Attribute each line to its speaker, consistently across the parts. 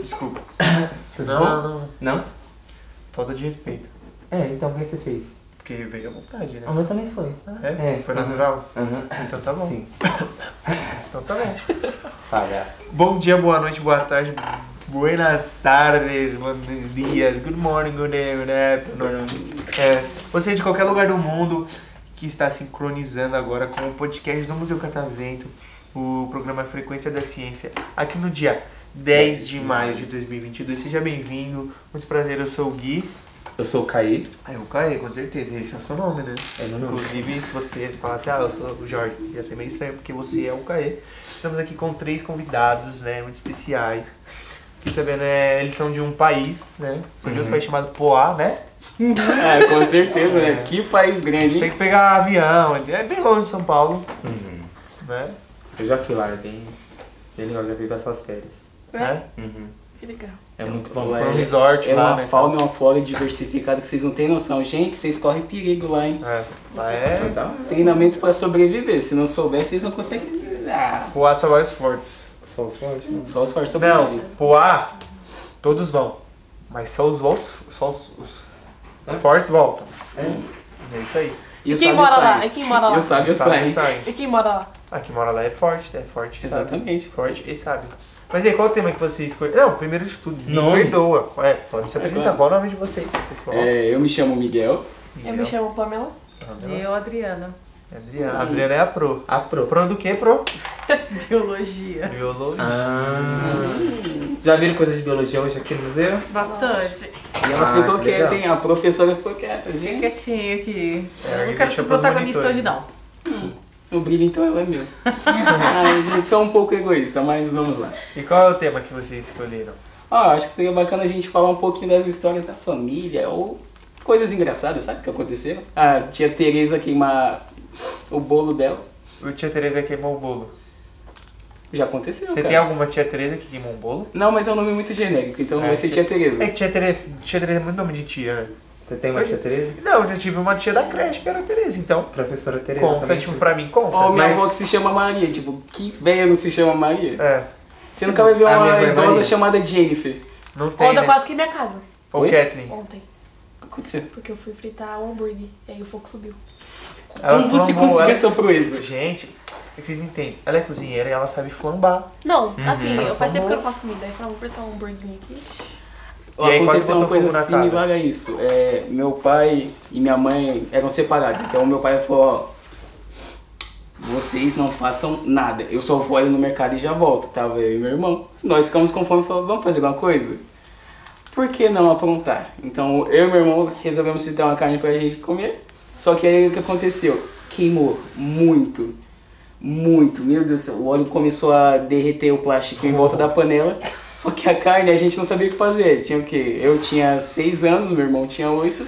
Speaker 1: Desculpa.
Speaker 2: Tudo
Speaker 1: Não,
Speaker 2: bom?
Speaker 1: não, não.
Speaker 2: Não?
Speaker 1: Falta de respeito.
Speaker 2: É, então o que você fez?
Speaker 1: Porque veio à vontade, né?
Speaker 2: O meu também foi.
Speaker 1: Ah, é?
Speaker 2: É.
Speaker 1: Foi natural?
Speaker 2: Aham.
Speaker 1: Então tá bom.
Speaker 2: Sim.
Speaker 1: Então tá bom. Tá,
Speaker 2: Palhaço.
Speaker 1: Bom dia, boa noite, boa tarde, buenas tardes, buenos dias, good morning, good day, good afternoon. É, você de qualquer lugar do mundo que está sincronizando agora com o podcast do Museu Catavento, o programa Frequência da Ciência, aqui no dia 10 de maio de 2022. Seja bem-vindo, muito prazer, eu sou o Gui.
Speaker 2: Eu sou o Caí.
Speaker 1: Ah, eu caí, com certeza, esse é o seu nome, né?
Speaker 2: É meu nome.
Speaker 1: Inclusive, se você falasse, ah, eu sou o Jorge, ia ser meio estranho, porque você é o Caê. Estamos aqui com três convidados, né, muito especiais. Fiquei sabendo, é, eles são de um país, né? São
Speaker 3: Uhum.
Speaker 1: de outro país chamado Poá, né?
Speaker 3: É, com certeza, né? Que país grande,
Speaker 1: Tem
Speaker 3: hein? É
Speaker 1: que pegar avião, é bem longe de São Paulo, né?
Speaker 2: Eu já fui lá, eu tenho. Bem legal, já fui pra essas férias.
Speaker 4: É.
Speaker 1: né?
Speaker 3: Que legal.
Speaker 2: É muito bom.
Speaker 3: Lá
Speaker 1: Foi um
Speaker 3: é,
Speaker 1: resort
Speaker 3: é
Speaker 1: lá,
Speaker 3: uma
Speaker 1: né?
Speaker 3: fauna e uma flora diversificada que vocês não têm noção. Gente, vocês correm perigo lá, hein?
Speaker 1: É, lá é
Speaker 2: Tá?
Speaker 3: Treinamento pra sobreviver. Se não souber, vocês não conseguem. Ah,
Speaker 1: Poá só vai os fortes.
Speaker 2: Só o sorte.
Speaker 3: só os fortes
Speaker 1: Não,
Speaker 3: sobrevivem.
Speaker 1: Poá, todos vão, mas só os voltos, só os, os fortes voltam. É isso aí.
Speaker 3: E eu
Speaker 4: quem
Speaker 3: sabe,
Speaker 4: mora
Speaker 3: eu
Speaker 4: lá?
Speaker 3: saio.
Speaker 4: E quem mora lá?
Speaker 3: Eu sabe, eu
Speaker 1: Sabe,
Speaker 3: saio.
Speaker 1: sabe.
Speaker 4: E quem mora lá?
Speaker 1: Ah, quem mora lá é forte, é forte, sabe?
Speaker 3: Exatamente.
Speaker 1: Forte e sabe. Mas e aí, qual o tema que você escolheu? Não, primeiro de tudo, me
Speaker 2: Nome.
Speaker 1: perdoa. É, pode se apresentar.
Speaker 3: claro.
Speaker 1: Qual o nome de vocês, pessoal?
Speaker 3: É, eu me chamo Miguel.
Speaker 4: Eu me chamo Pamela.
Speaker 1: chamo...
Speaker 5: E eu, Adriana,
Speaker 1: Adriana. Adriana é a pro.
Speaker 2: A pro.
Speaker 1: Pro do que, pro?
Speaker 5: biologia.
Speaker 1: Biologia.
Speaker 2: Ah. Já viram coisa de biologia hoje aqui no museu?
Speaker 5: Bastante.
Speaker 3: E ela
Speaker 2: Ah,
Speaker 3: ficou
Speaker 2: que
Speaker 3: quieta,
Speaker 2: legal.
Speaker 3: hein? A professora ficou quieta,
Speaker 5: Bem
Speaker 3: gente.
Speaker 5: quietinha aqui.
Speaker 1: É,
Speaker 5: eu
Speaker 1: e
Speaker 5: não
Speaker 1: deixa
Speaker 5: quero ser
Speaker 1: pros
Speaker 5: protagonista
Speaker 1: monitores.
Speaker 5: hoje, não.
Speaker 3: O brilho, então, ela é meu. Ai, gente, sou um pouco egoísta, mas vamos lá.
Speaker 1: E qual é o tema que vocês escolheram?
Speaker 3: Ah, acho que seria bacana a gente falar um pouquinho das histórias da família ou coisas engraçadas, sabe, que aconteceram. A tia Tereza queimar o bolo dela.
Speaker 1: O tia Tereza queimou o bolo.
Speaker 3: Já aconteceu,
Speaker 1: Você
Speaker 3: cara.
Speaker 1: tem alguma tia Tereza que queimou um bolo?
Speaker 3: Não, mas é um nome muito genérico, então
Speaker 1: É,
Speaker 3: vai ser
Speaker 1: tia-
Speaker 3: tia Tereza.
Speaker 1: É que tia Tereza, tia Tereza é muito nome de tia, né?
Speaker 2: Você tem uma tia Tereza?
Speaker 1: Não, eu já tive uma tia da creche que era a Tereza, então.
Speaker 2: Professora Tereza
Speaker 1: Conta,
Speaker 2: também?
Speaker 1: tipo, pra mim, conta.
Speaker 3: Ó, minha
Speaker 1: Mas-
Speaker 3: avó que se chama Maria, tipo, que velha não se chama Maria?
Speaker 1: É,
Speaker 3: Você nunca vai ver
Speaker 2: A minha
Speaker 3: uma
Speaker 2: avó é
Speaker 3: idosa
Speaker 2: Maria.
Speaker 3: chamada Jennifer.
Speaker 1: não tem,
Speaker 4: Ontem
Speaker 1: né?
Speaker 4: quase queimei a casa.
Speaker 1: Ou
Speaker 3: Oi?
Speaker 1: Kathleen.
Speaker 4: Ontem.
Speaker 3: O que aconteceu?
Speaker 4: Porque eu fui fritar um hambúrguer. E aí o fogo subiu.
Speaker 1: Ela
Speaker 3: Como você
Speaker 1: flamou,
Speaker 3: conseguiu
Speaker 1: ela-
Speaker 3: essa proeza?
Speaker 1: Gente, é que vocês não entendem. Ela é cozinheira e ela sabe flambar.
Speaker 4: Não, assim,
Speaker 1: ela
Speaker 4: eu faz tempo
Speaker 1: falou.
Speaker 4: que eu não faço comida. Aí eu falei, vou fritar um hambúrguer aqui.
Speaker 1: E aí, quase
Speaker 3: Aconteceu uma
Speaker 1: botou
Speaker 3: coisa
Speaker 1: fogo na
Speaker 3: similar a isso. É, meu pai e minha mãe eram separados. Então meu pai falou, ó, vocês não façam nada. Eu só vou ali no mercado e já volto. Tava eu e meu irmão. Nós ficamos com fome e falamos, vamos fazer alguma coisa? Por que não aprontar? Então eu e meu irmão resolvemos fritar uma carne pra gente comer. Só que aí o que aconteceu? Queimou muito. Muito, meu Deus do céu. O óleo começou a derreter o plástico em volta da panela. Só que a carne a gente não sabia o que fazer. Tinha o quê? Eu tinha 6 anos, meu irmão tinha 8.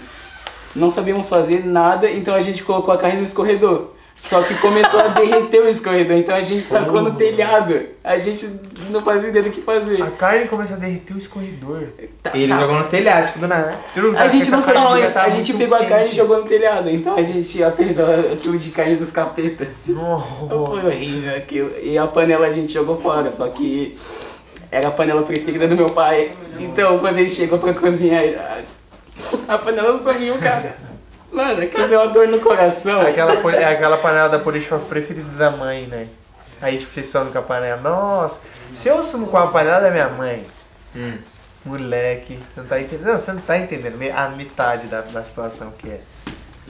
Speaker 3: Não sabíamos fazer nada, então a gente colocou a carne no escorredor. Só que começou a derreter o escorredor, então a gente tacou no telhado. A gente não fazia ideia do que fazer.
Speaker 1: A carne começa a derreter o escorredor.
Speaker 2: Ele jogou no telhado, tipo, do nada. né?
Speaker 3: A gente não
Speaker 1: sabe.
Speaker 3: sabia, a gente pegou a carne e jogou no telhado, então a gente apertou aquilo de carne dos capeta. Foi horrível aquilo. E a panela a gente jogou fora, só que era a panela preferida do meu pai. Então quando ele chegou pra cozinhar, a, a panela sumiu, cara. Mano, aquilo deu uma dor no coração.
Speaker 1: Aquela, poli- é aquela panela da Polichov preferida da mãe, né? Aí tipo, vocês somem com a panela. Nossa, se eu sumo com a panela da minha mãe,
Speaker 2: Hum.
Speaker 1: moleque, você não tá entendendo. Não, você não tá entendendo me- a metade da, da situação que é.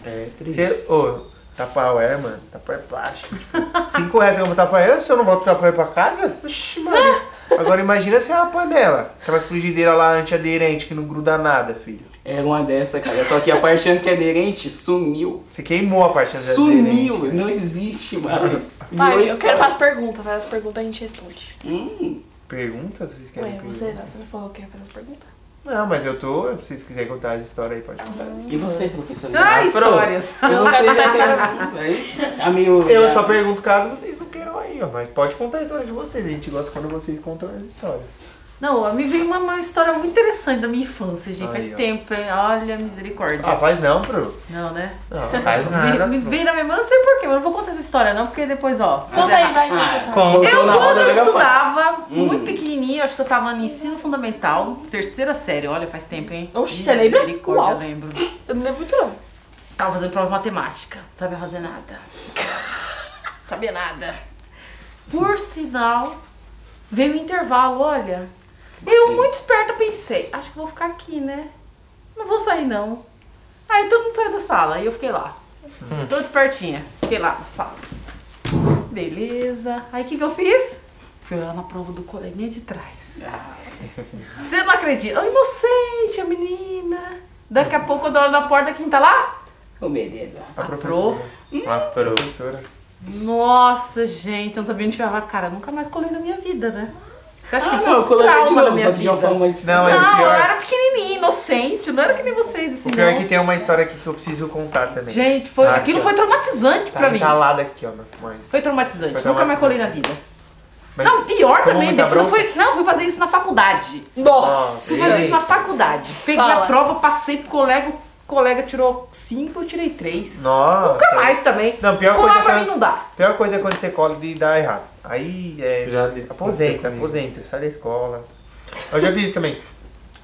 Speaker 2: É triste.
Speaker 1: Você, ô, Tupperware, mano, Tupperware plástico. Tipo, 5 reais eu compro Tupperware, se eu não volto com Tupperware pra casa? Oxi, mano. Agora imagina se é uma panela. Aquelas frigideiras lá antiaderente que não gruda nada, filho.
Speaker 3: Era uma dessa, cara. Só que a parte antiaderente sumiu.
Speaker 1: Você queimou a parte antiaderente.
Speaker 3: Sumiu, não existe mais.
Speaker 4: Pai,
Speaker 3: Não
Speaker 1: tá-
Speaker 4: eu quero
Speaker 3: existe.
Speaker 4: fazer perguntas. Faz as perguntas e a gente responde.
Speaker 3: Hum,
Speaker 1: Pergunta? Vocês querem
Speaker 4: Ué,
Speaker 1: perguntar?
Speaker 4: você, você não falou que ia fazer as perguntas?
Speaker 1: Não, mas eu tô. Se vocês quiserem contar as histórias aí, pode contar.
Speaker 3: E você, professor?
Speaker 5: Ah,
Speaker 2: pro.
Speaker 5: histórias.
Speaker 3: Eu não sei, já tem. Aí, Tá meio.
Speaker 1: Eu
Speaker 3: já-
Speaker 1: só pergunto caso vocês não queiram aí, ó. Mas pode contar a história de vocês. A gente gosta quando vocês contam as histórias.
Speaker 5: Não, me veio uma, uma história muito interessante da minha infância, gente.
Speaker 1: Aí,
Speaker 5: Faz
Speaker 1: ó.
Speaker 5: tempo, hein? Olha, misericórdia.
Speaker 1: Ah, faz não, Pro.
Speaker 5: É. Não, né?
Speaker 1: Não, faz nada.
Speaker 5: Me, me veio na memória, não sei porquê, mas não vou contar essa história, não, porque depois, ó.
Speaker 4: Conta aí,
Speaker 1: é-
Speaker 4: vai. vai, vai.
Speaker 2: Conta.
Speaker 5: Eu,
Speaker 3: na
Speaker 5: quando
Speaker 3: roda
Speaker 5: eu
Speaker 3: da gaiola.
Speaker 5: estudava,
Speaker 3: Hum.
Speaker 5: muito pequenininha, acho que eu tava no ensino fundamental, terceira série, olha, faz tempo, hein?
Speaker 4: Oxe, você lembra?
Speaker 5: Misericórdia, eu
Speaker 4: Uau.
Speaker 5: lembro.
Speaker 4: Eu não lembro muito, não.
Speaker 5: Tava fazendo prova de matemática, não sabia fazer nada. sabia nada. Por sinal, veio o intervalo, olha. Eu, muito esperta, pensei, acho que vou ficar aqui, né? Não vou sair, não. Aí todo mundo saiu da sala e eu fiquei lá. Toda espertinha. Fiquei lá na sala. Beleza. Aí o que, que eu fiz? Fui lá na prova do coleguinha de trás. Você não acredita? Eu inocente, a menina. Daqui a pouco, quando eu olho na porta, quem tá lá?
Speaker 3: Ô, menino.
Speaker 1: A professora.
Speaker 2: Ah, pro.
Speaker 1: professora.
Speaker 5: Nossa, gente, eu não sabia onde ficava a cara. Nunca mais colei na minha vida, né? Você
Speaker 1: Ah,
Speaker 5: acha que foi um
Speaker 3: eu coloquei de
Speaker 5: trauma na
Speaker 3: novo,
Speaker 5: minha
Speaker 3: só que de
Speaker 5: vida?
Speaker 3: uma forma mais...
Speaker 1: Não, é-
Speaker 5: Não, eu
Speaker 1: pior.
Speaker 5: era pequenininha, inocente. Não era que nem vocês, assim,
Speaker 1: O pior é que
Speaker 5: não.
Speaker 1: tem uma história aqui que eu preciso contar também.
Speaker 5: Gente, foi,
Speaker 1: Ah,
Speaker 5: aquilo
Speaker 1: aqui, ó.
Speaker 5: foi traumatizante
Speaker 1: Tá
Speaker 5: pra mim.
Speaker 1: entalada aqui, ó, meu mas-
Speaker 5: Foi traumatizante.
Speaker 1: Foi
Speaker 5: Nunca mais
Speaker 1: traumatizante.
Speaker 5: colei na vida.
Speaker 1: Mas
Speaker 5: não, pior
Speaker 1: tomou
Speaker 5: também.
Speaker 1: muita
Speaker 5: Depois eu
Speaker 1: bronca?
Speaker 5: fui, não, fui fazer isso na faculdade.
Speaker 1: Nossa.
Speaker 5: Fui
Speaker 1: E
Speaker 5: fazer
Speaker 1: aí?
Speaker 5: isso na faculdade. Peguei a
Speaker 4: Fala.
Speaker 5: prova, passei pro colega. O colega tirou 5, eu tirei 3.
Speaker 1: Nossa.
Speaker 5: Nunca mais também.
Speaker 1: Não, pior
Speaker 5: Colar
Speaker 1: coisa
Speaker 5: pra
Speaker 1: que-
Speaker 5: mim não dá.
Speaker 1: Pior coisa é quando você cola e dá errado. Aí é.
Speaker 2: Já de-
Speaker 1: aposenta,
Speaker 2: comigo.
Speaker 1: aposenta, sai da escola. Eu já fiz isso também.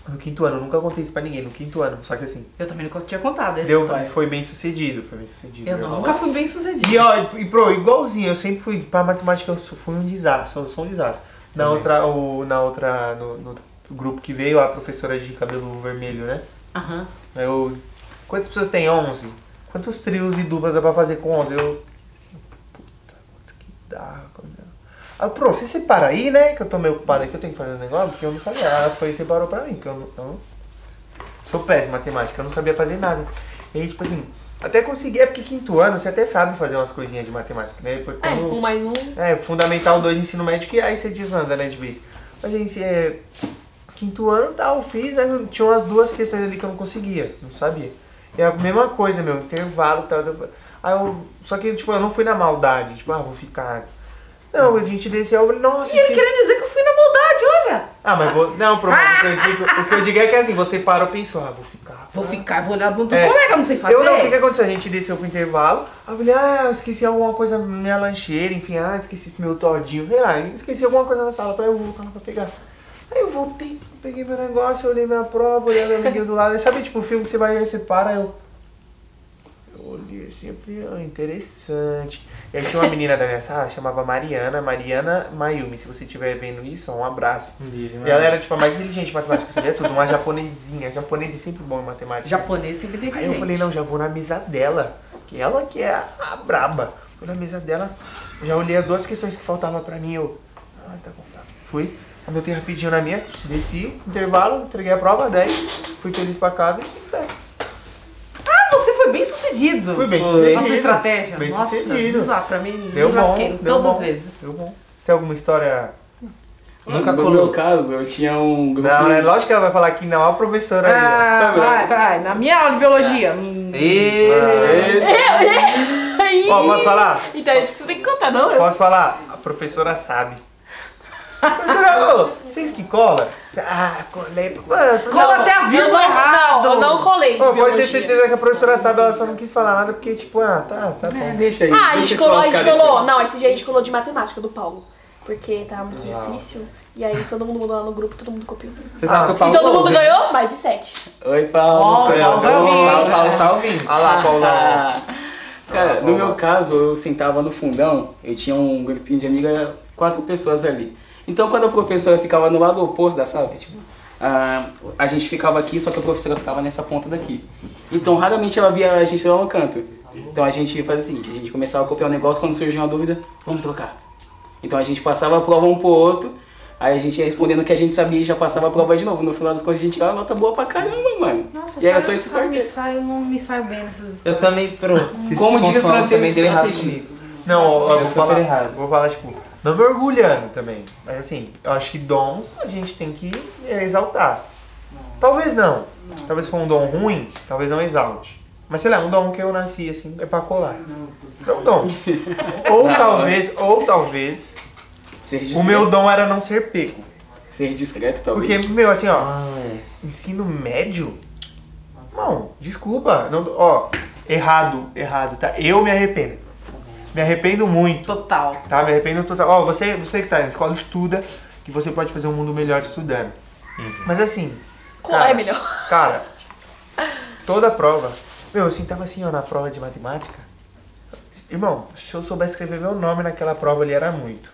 Speaker 1: No quinto ano, eu nunca contei isso pra ninguém, no quinto ano. Só que assim,
Speaker 5: Eu também nunca tinha contado essa
Speaker 1: deu,
Speaker 5: história.
Speaker 1: foi bem sucedido, foi bem sucedido.
Speaker 5: Eu não, nunca fui bem sucedida.
Speaker 1: E ó, e pro, igualzinho, eu sempre fui, pra matemática eu sou- fui um desastre, eu sou um desastre. Na
Speaker 2: Também.
Speaker 1: outra, o, na outra, no, no grupo que veio, a professora de cabelo vermelho, né?
Speaker 5: Aham.
Speaker 1: Eu, quantas pessoas tem? 11? Quantos trios e duplas dá pra fazer com 11? Eu, puta, quanto que dá? Quanto dá? Aí, pro, você separa aí, né? Que eu tô meio ocupado aqui, eu tenho que fazer um negócio, porque eu não sabia. Ela foi e separou pra mim, que eu não, eu não- Sou péssimo em matemática, eu não sabia fazer nada. E aí, tipo assim, até consegui, é porque quinto ano você até sabe fazer umas coisinhas de matemática, né? Porque
Speaker 4: É,
Speaker 1: quando-
Speaker 4: um mais um.
Speaker 1: é, Fundamental 2, Ensino Médio, que aí você desanda, né, de vez. Mas, gente, é... Quinto ano, tal, fiz, aí eu- tinha umas duas questões ali que eu não conseguia, não sabia. E é a mesma coisa, meu, intervalo e tal. Eu, aí eu, só que, tipo, eu não fui na maldade, tipo, ah, vou ficar... Não, a gente desceu, eu falei, nossa...
Speaker 5: E ele
Speaker 1: que-
Speaker 5: querendo dizer que eu fui na maldade, olha.
Speaker 1: Ah, mas vou... Não, problema, o, que eu digo, o que eu digo é que, assim, você parou e pensou, ah, vou ficar...
Speaker 5: Vou ficar, vou olhar do outro
Speaker 1: É.
Speaker 5: colega, não sei fazer.
Speaker 1: Eu não, o que, que aconteceu? A gente desceu pro intervalo, aí eu falei, ah, eu esqueci alguma coisa na minha lancheira, enfim, ah, esqueci meu todinho, sei lá, esqueci alguma coisa na sala, eu falei, eu vou voltar lá pra pegar. Aí eu voltei, peguei meu negócio, olhei minha prova, olhei a minha amiguinha do lado, aí sabe, tipo, o filme que você vai e você para, eu... Eu olhei assim, eu falei, ah, interessante. E aí tinha uma menina da minha sala, chamava Mariana, Mariana Mayumi, se você estiver vendo isso, ó, um abraço. E ela era, tipo, a mais inteligente em matemática, você vê tudo, uma japonesinha, japonesa é sempre bom em matemática.
Speaker 5: Japonês sempre tem que
Speaker 1: Aí eu falei, não, já vou na mesa dela, que ela que é a, a braba. Fui na mesa dela, já olhei as duas questões que faltavam pra mim, eu... Ah, tá bom, tá. Fui, anotei rapidinho na minha, desci, intervalo, entreguei a prova, 10, fui feliz pra casa e fé.
Speaker 5: Ah, você foi bem sucedido.
Speaker 1: Fui bem
Speaker 5: Foi.
Speaker 1: sucedido.
Speaker 5: Na sua estratégia.
Speaker 1: Bem
Speaker 5: Nossa,
Speaker 1: sucedido.
Speaker 5: não dá pra mim.
Speaker 1: Deu
Speaker 5: me
Speaker 1: bom,
Speaker 5: lasquei
Speaker 1: deu
Speaker 5: todas
Speaker 1: bom,
Speaker 5: as vezes.
Speaker 1: Deu bom. Você tem alguma história...
Speaker 2: Nunca
Speaker 3: no
Speaker 2: colou.
Speaker 3: meu caso, eu tinha um grupo...
Speaker 1: Não, né? Lógico que ela vai falar que não, a professora aí, ó.
Speaker 5: Ah,
Speaker 3: Foi
Speaker 5: vai,
Speaker 3: melhor.
Speaker 5: vai. Na minha aula de
Speaker 1: É.
Speaker 5: biologia. hum.
Speaker 2: Ê,
Speaker 4: Aí.
Speaker 1: Ó, posso falar?
Speaker 4: Então é isso que você tem que contar, não? Eu...
Speaker 1: Posso falar? A professora sabe. professora, ô, vocês que cola? Ah, colei. Mano, a professora-
Speaker 5: Cola até a
Speaker 4: Eu não,
Speaker 5: vírgula errado.
Speaker 4: não, eu não colei. de
Speaker 1: Ó, pode ter
Speaker 4: biologia.
Speaker 1: certeza que a professora sabe, ela só não quis falar nada porque, tipo, ah, tá, tá
Speaker 3: Ah,
Speaker 1: bom.
Speaker 3: deixa aí.
Speaker 4: Ah,
Speaker 3: deixa
Speaker 4: a gente
Speaker 3: esse
Speaker 4: colou, a
Speaker 3: lascar
Speaker 4: gente colou.
Speaker 3: depois.
Speaker 4: Não, esse dia a gente colou de matemática do Paulo. Porque tava muito difícil. E aí todo mundo mandou lá no grupo, todo mundo copiou.
Speaker 2: Você
Speaker 1: Ah.
Speaker 2: sabe que o
Speaker 4: E
Speaker 2: Paulo
Speaker 4: todo
Speaker 2: tá
Speaker 4: mundo
Speaker 2: ouvindo.
Speaker 4: ganhou? Mais de 7.
Speaker 3: Oi, Paulo.
Speaker 5: Ó,
Speaker 3: Oi,
Speaker 1: Paulo,
Speaker 3: Paulo,
Speaker 5: vai
Speaker 3: Paulo,
Speaker 2: O
Speaker 5: ouvir.
Speaker 2: Paulo tá ouvindo.
Speaker 1: Olha lá, Paulão.
Speaker 3: Ah. Cara, no meu caso, eu sentava no fundão, eu tinha um grupinho de amiga, quatro pessoas ali. Então, quando a professora ficava no lado oposto da sala, tipo, ah, a gente ficava aqui, só que a professora ficava nessa ponta daqui. Então, raramente ela via a gente lá no canto. Então, a gente fazia o seguinte, a gente começava a copiar o negócio, quando surgia uma dúvida, vamos trocar. Então, a gente passava a prova um pro outro, aí a gente ia respondendo o que a gente sabia e já passava a prova de novo. No final das contas, a gente tirava nota boa pra caramba, mano.
Speaker 5: Nossa,
Speaker 3: e era só
Speaker 5: sabe,
Speaker 3: esse
Speaker 5: eu me
Speaker 3: parquinho.
Speaker 5: saio, não me saio bem nessas histórias.
Speaker 2: Eu também, pro. se
Speaker 3: Como
Speaker 2: se
Speaker 3: diz o
Speaker 2: consola,
Speaker 3: francês,
Speaker 2: também deu errado
Speaker 3: estratégia.
Speaker 2: comigo.
Speaker 1: Não, ó, ó,
Speaker 2: Eu
Speaker 1: vou
Speaker 2: super
Speaker 1: falar,
Speaker 2: errado.
Speaker 1: vou falar, tipo, não me orgulhando também. Mas assim, eu acho que dons a gente tem que é, exaltar. Talvez não. Talvez se for um dom ruim, talvez não exalte. Mas sei lá, um dom que eu nasci assim, é pra colar. É um dom. ou talvez, ou talvez,
Speaker 3: Ser
Speaker 1: o meu dom era não ser pego.
Speaker 3: Ser discreto, talvez.
Speaker 1: Porque, meu, assim, ó,
Speaker 2: Ah, é.
Speaker 1: ensino médio? Não, desculpa. Não, ó, errado, errado, tá? Eu me arrependo. Me arrependo muito,
Speaker 5: Total.
Speaker 1: tá? Me arrependo total. Ó, você, você que tá na escola, estuda, que você pode fazer um mundo melhor estudando. Mas assim.
Speaker 4: Colar é melhor.
Speaker 1: Cara, toda prova. Meu, eu sentava assim, ó, na prova de matemática. Irmão, se eu soubesse escrever meu nome naquela prova ali era muito.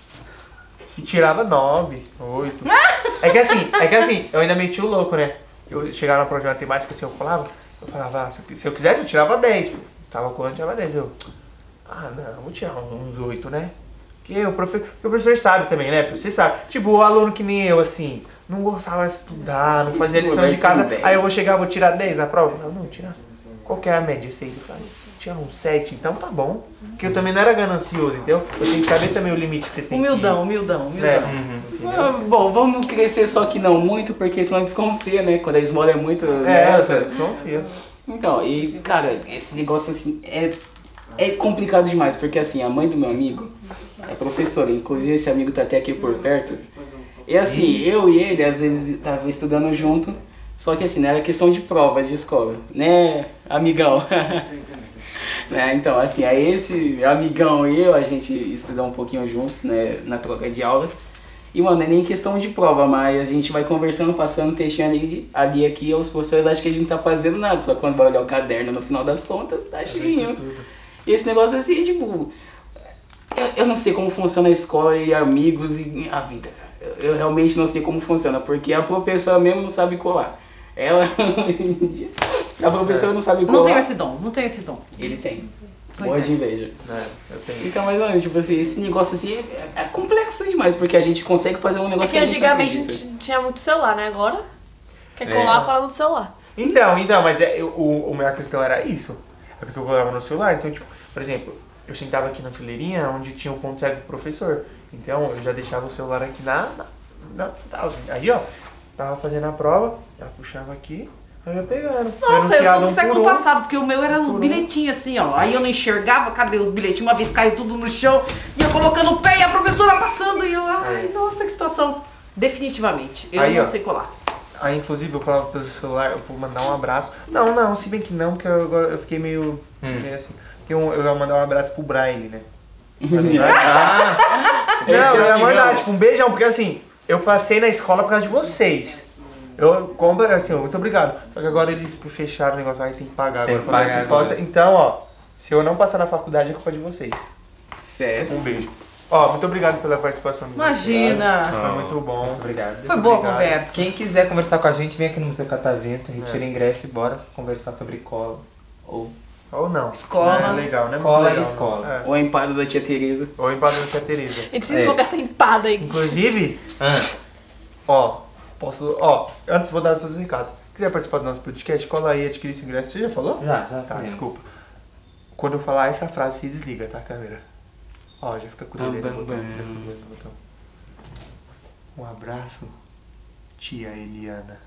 Speaker 1: E tirava nove, oito. É que assim, é que assim, eu ainda meti o louco, né? Eu chegava na prova de matemática, assim, eu colava, eu falava, ah, se eu- se eu quisesse, eu tirava 10. pô. Tava colando, eu tirava 10. Eu, ah, não, vou tirar uns oito, né? Porque o, profe... porque o professor sabe também, né? Você sabe. Tipo, o aluno que nem eu, assim, não gostava de estudar, não fazia
Speaker 3: Esse
Speaker 1: lição de
Speaker 3: moleque
Speaker 1: casa.
Speaker 3: com dez.
Speaker 1: Aí eu vou chegar, vou tirar 10 na prova? Não, não, tirar. Qual que é a média? 6. Eu falei, tirar um 7, então tá bom. Porque eu também não era ganancioso, entendeu? Eu tenho que saber também o limite que você tem.
Speaker 5: Humildão, humildão,
Speaker 1: Que... É.
Speaker 5: humildão.
Speaker 3: Ah, Bom, vamos crescer só que não muito, porque senão desconfia, né? Quando a esmola é muito.
Speaker 1: É,
Speaker 3: nossa.
Speaker 1: essa, desconfia.
Speaker 3: Então, e cara, esse negócio assim é, é complicado demais, porque assim, a mãe do meu amigo é professora, inclusive esse amigo tá até aqui por perto. E assim, eu e ele às vezes tava estudando junto, só que assim, não era questão de prova de escola, né, amigão? né, então, assim, aí esse amigão e eu, a gente estudou um pouquinho juntos, né, na troca de aula. E, mano, é nem questão de prova, mas a gente vai conversando, passando textinho ali, ali aqui, os professores acham que a gente tá fazendo nada, só quando vai olhar o caderno no final das contas, tá cheirinho. E esse negócio assim, tipo, eu, eu não sei como funciona a escola e amigos e a vida, cara. Eu, eu realmente não sei como funciona, porque a professora mesmo não sabe colar. Ela, a professora não
Speaker 1: É.
Speaker 3: sabe colar.
Speaker 5: Não tenho esse dom, não tenho esse dom.
Speaker 3: Ele tem.
Speaker 5: Pois
Speaker 3: Boa
Speaker 5: é.
Speaker 3: de inveja.
Speaker 1: É, eu tenho.
Speaker 3: Então, mas, mano, tipo assim, esse negócio assim é, é complexo demais, porque a gente consegue fazer um
Speaker 4: É
Speaker 3: negócio
Speaker 4: que
Speaker 3: que a gente não
Speaker 4: antigamente
Speaker 3: acredita.
Speaker 4: não tinha muito celular, né? Agora quer colar, fala no celular.
Speaker 1: Então, então, mas é, eu- o, o minha questão era isso. É porque eu colava no celular. Então, tipo, por exemplo, eu sentava aqui na fileirinha onde tinha o ponto cego do professor. Então, eu já deixava o celular aqui na. na, na tal, assim. aí, ó, tava fazendo a prova, ela puxava aqui, aí eu ia pegando.
Speaker 5: Nossa, eu
Speaker 1: Denunciava
Speaker 5: sou do
Speaker 1: um
Speaker 5: século
Speaker 1: por um.
Speaker 5: passado, porque o meu era
Speaker 1: Por
Speaker 5: um
Speaker 1: um.
Speaker 5: bilhetinho assim, ó. Aí eu não enxergava, cadê os bilhetinhos? Uma vez caiu tudo no chão, e eu colocando o pé e a professora passando, e eu, ai, nossa, que situação. Definitivamente, eu
Speaker 1: É. Aí,
Speaker 5: não
Speaker 1: ó.
Speaker 5: sei colar.
Speaker 1: Aí, inclusive, eu colava pelo celular, eu vou mandar um abraço. Não, não, se bem que não, porque eu, agora eu fiquei meio.
Speaker 2: Hum.
Speaker 1: meio assim. Porque eu, eu ia mandar um abraço pro Braille, né? Pra lembrar.
Speaker 2: Ah,
Speaker 1: Não,
Speaker 2: Esse é
Speaker 1: eu
Speaker 2: o
Speaker 1: ia
Speaker 2: amigão.
Speaker 1: mandar, tipo, um beijão, porque assim, eu passei na escola por causa de vocês. Eu compro, assim, ó, muito obrigado. Só que agora eles fecharam o negócio, aí tem que pagar
Speaker 2: Tem
Speaker 1: agora
Speaker 2: que
Speaker 1: pra
Speaker 2: pagar
Speaker 1: essa escola.
Speaker 2: agora.
Speaker 1: Então, ó, se eu não passar na faculdade é culpa de vocês.
Speaker 3: Certo.
Speaker 1: Um beijo. Ó, muito obrigado pela participação de vocês.
Speaker 5: Imagina.
Speaker 1: Foi muito bom.
Speaker 2: Muito obrigado.
Speaker 5: Foi boa a
Speaker 1: obrigado.
Speaker 5: conversa.
Speaker 2: Quem quiser conversar com a gente, vem aqui no Museu Catavento, retira ingresso e bora conversar sobre cola. Ou
Speaker 1: Ou não.
Speaker 5: Escola.
Speaker 1: Né? Legal, né?
Speaker 2: Cola
Speaker 1: Muito
Speaker 2: e
Speaker 1: legal.
Speaker 2: escola.
Speaker 1: É.
Speaker 3: Ou a empada da tia Tereza.
Speaker 1: Ou empadão com a Tereza.
Speaker 4: A gente precisa
Speaker 2: É.
Speaker 4: colocar essa empada aí.
Speaker 1: Inclusive,
Speaker 2: Ah.
Speaker 1: ó, posso. Ó, antes vou dar todos os recados. Quiser participar do nosso podcast, cola aí, adquirir esse ingresso. Você já falou?
Speaker 2: já, já
Speaker 1: Tá,
Speaker 2: falei.
Speaker 1: desculpa. Quando eu falar essa frase, se desliga, tá, câmera? Ó, já fica com o
Speaker 3: Bam,
Speaker 1: dedo aí
Speaker 3: bam,
Speaker 1: no botão,
Speaker 3: bam.
Speaker 1: já fica com o dedo no botão. Um abraço, tia Eliana.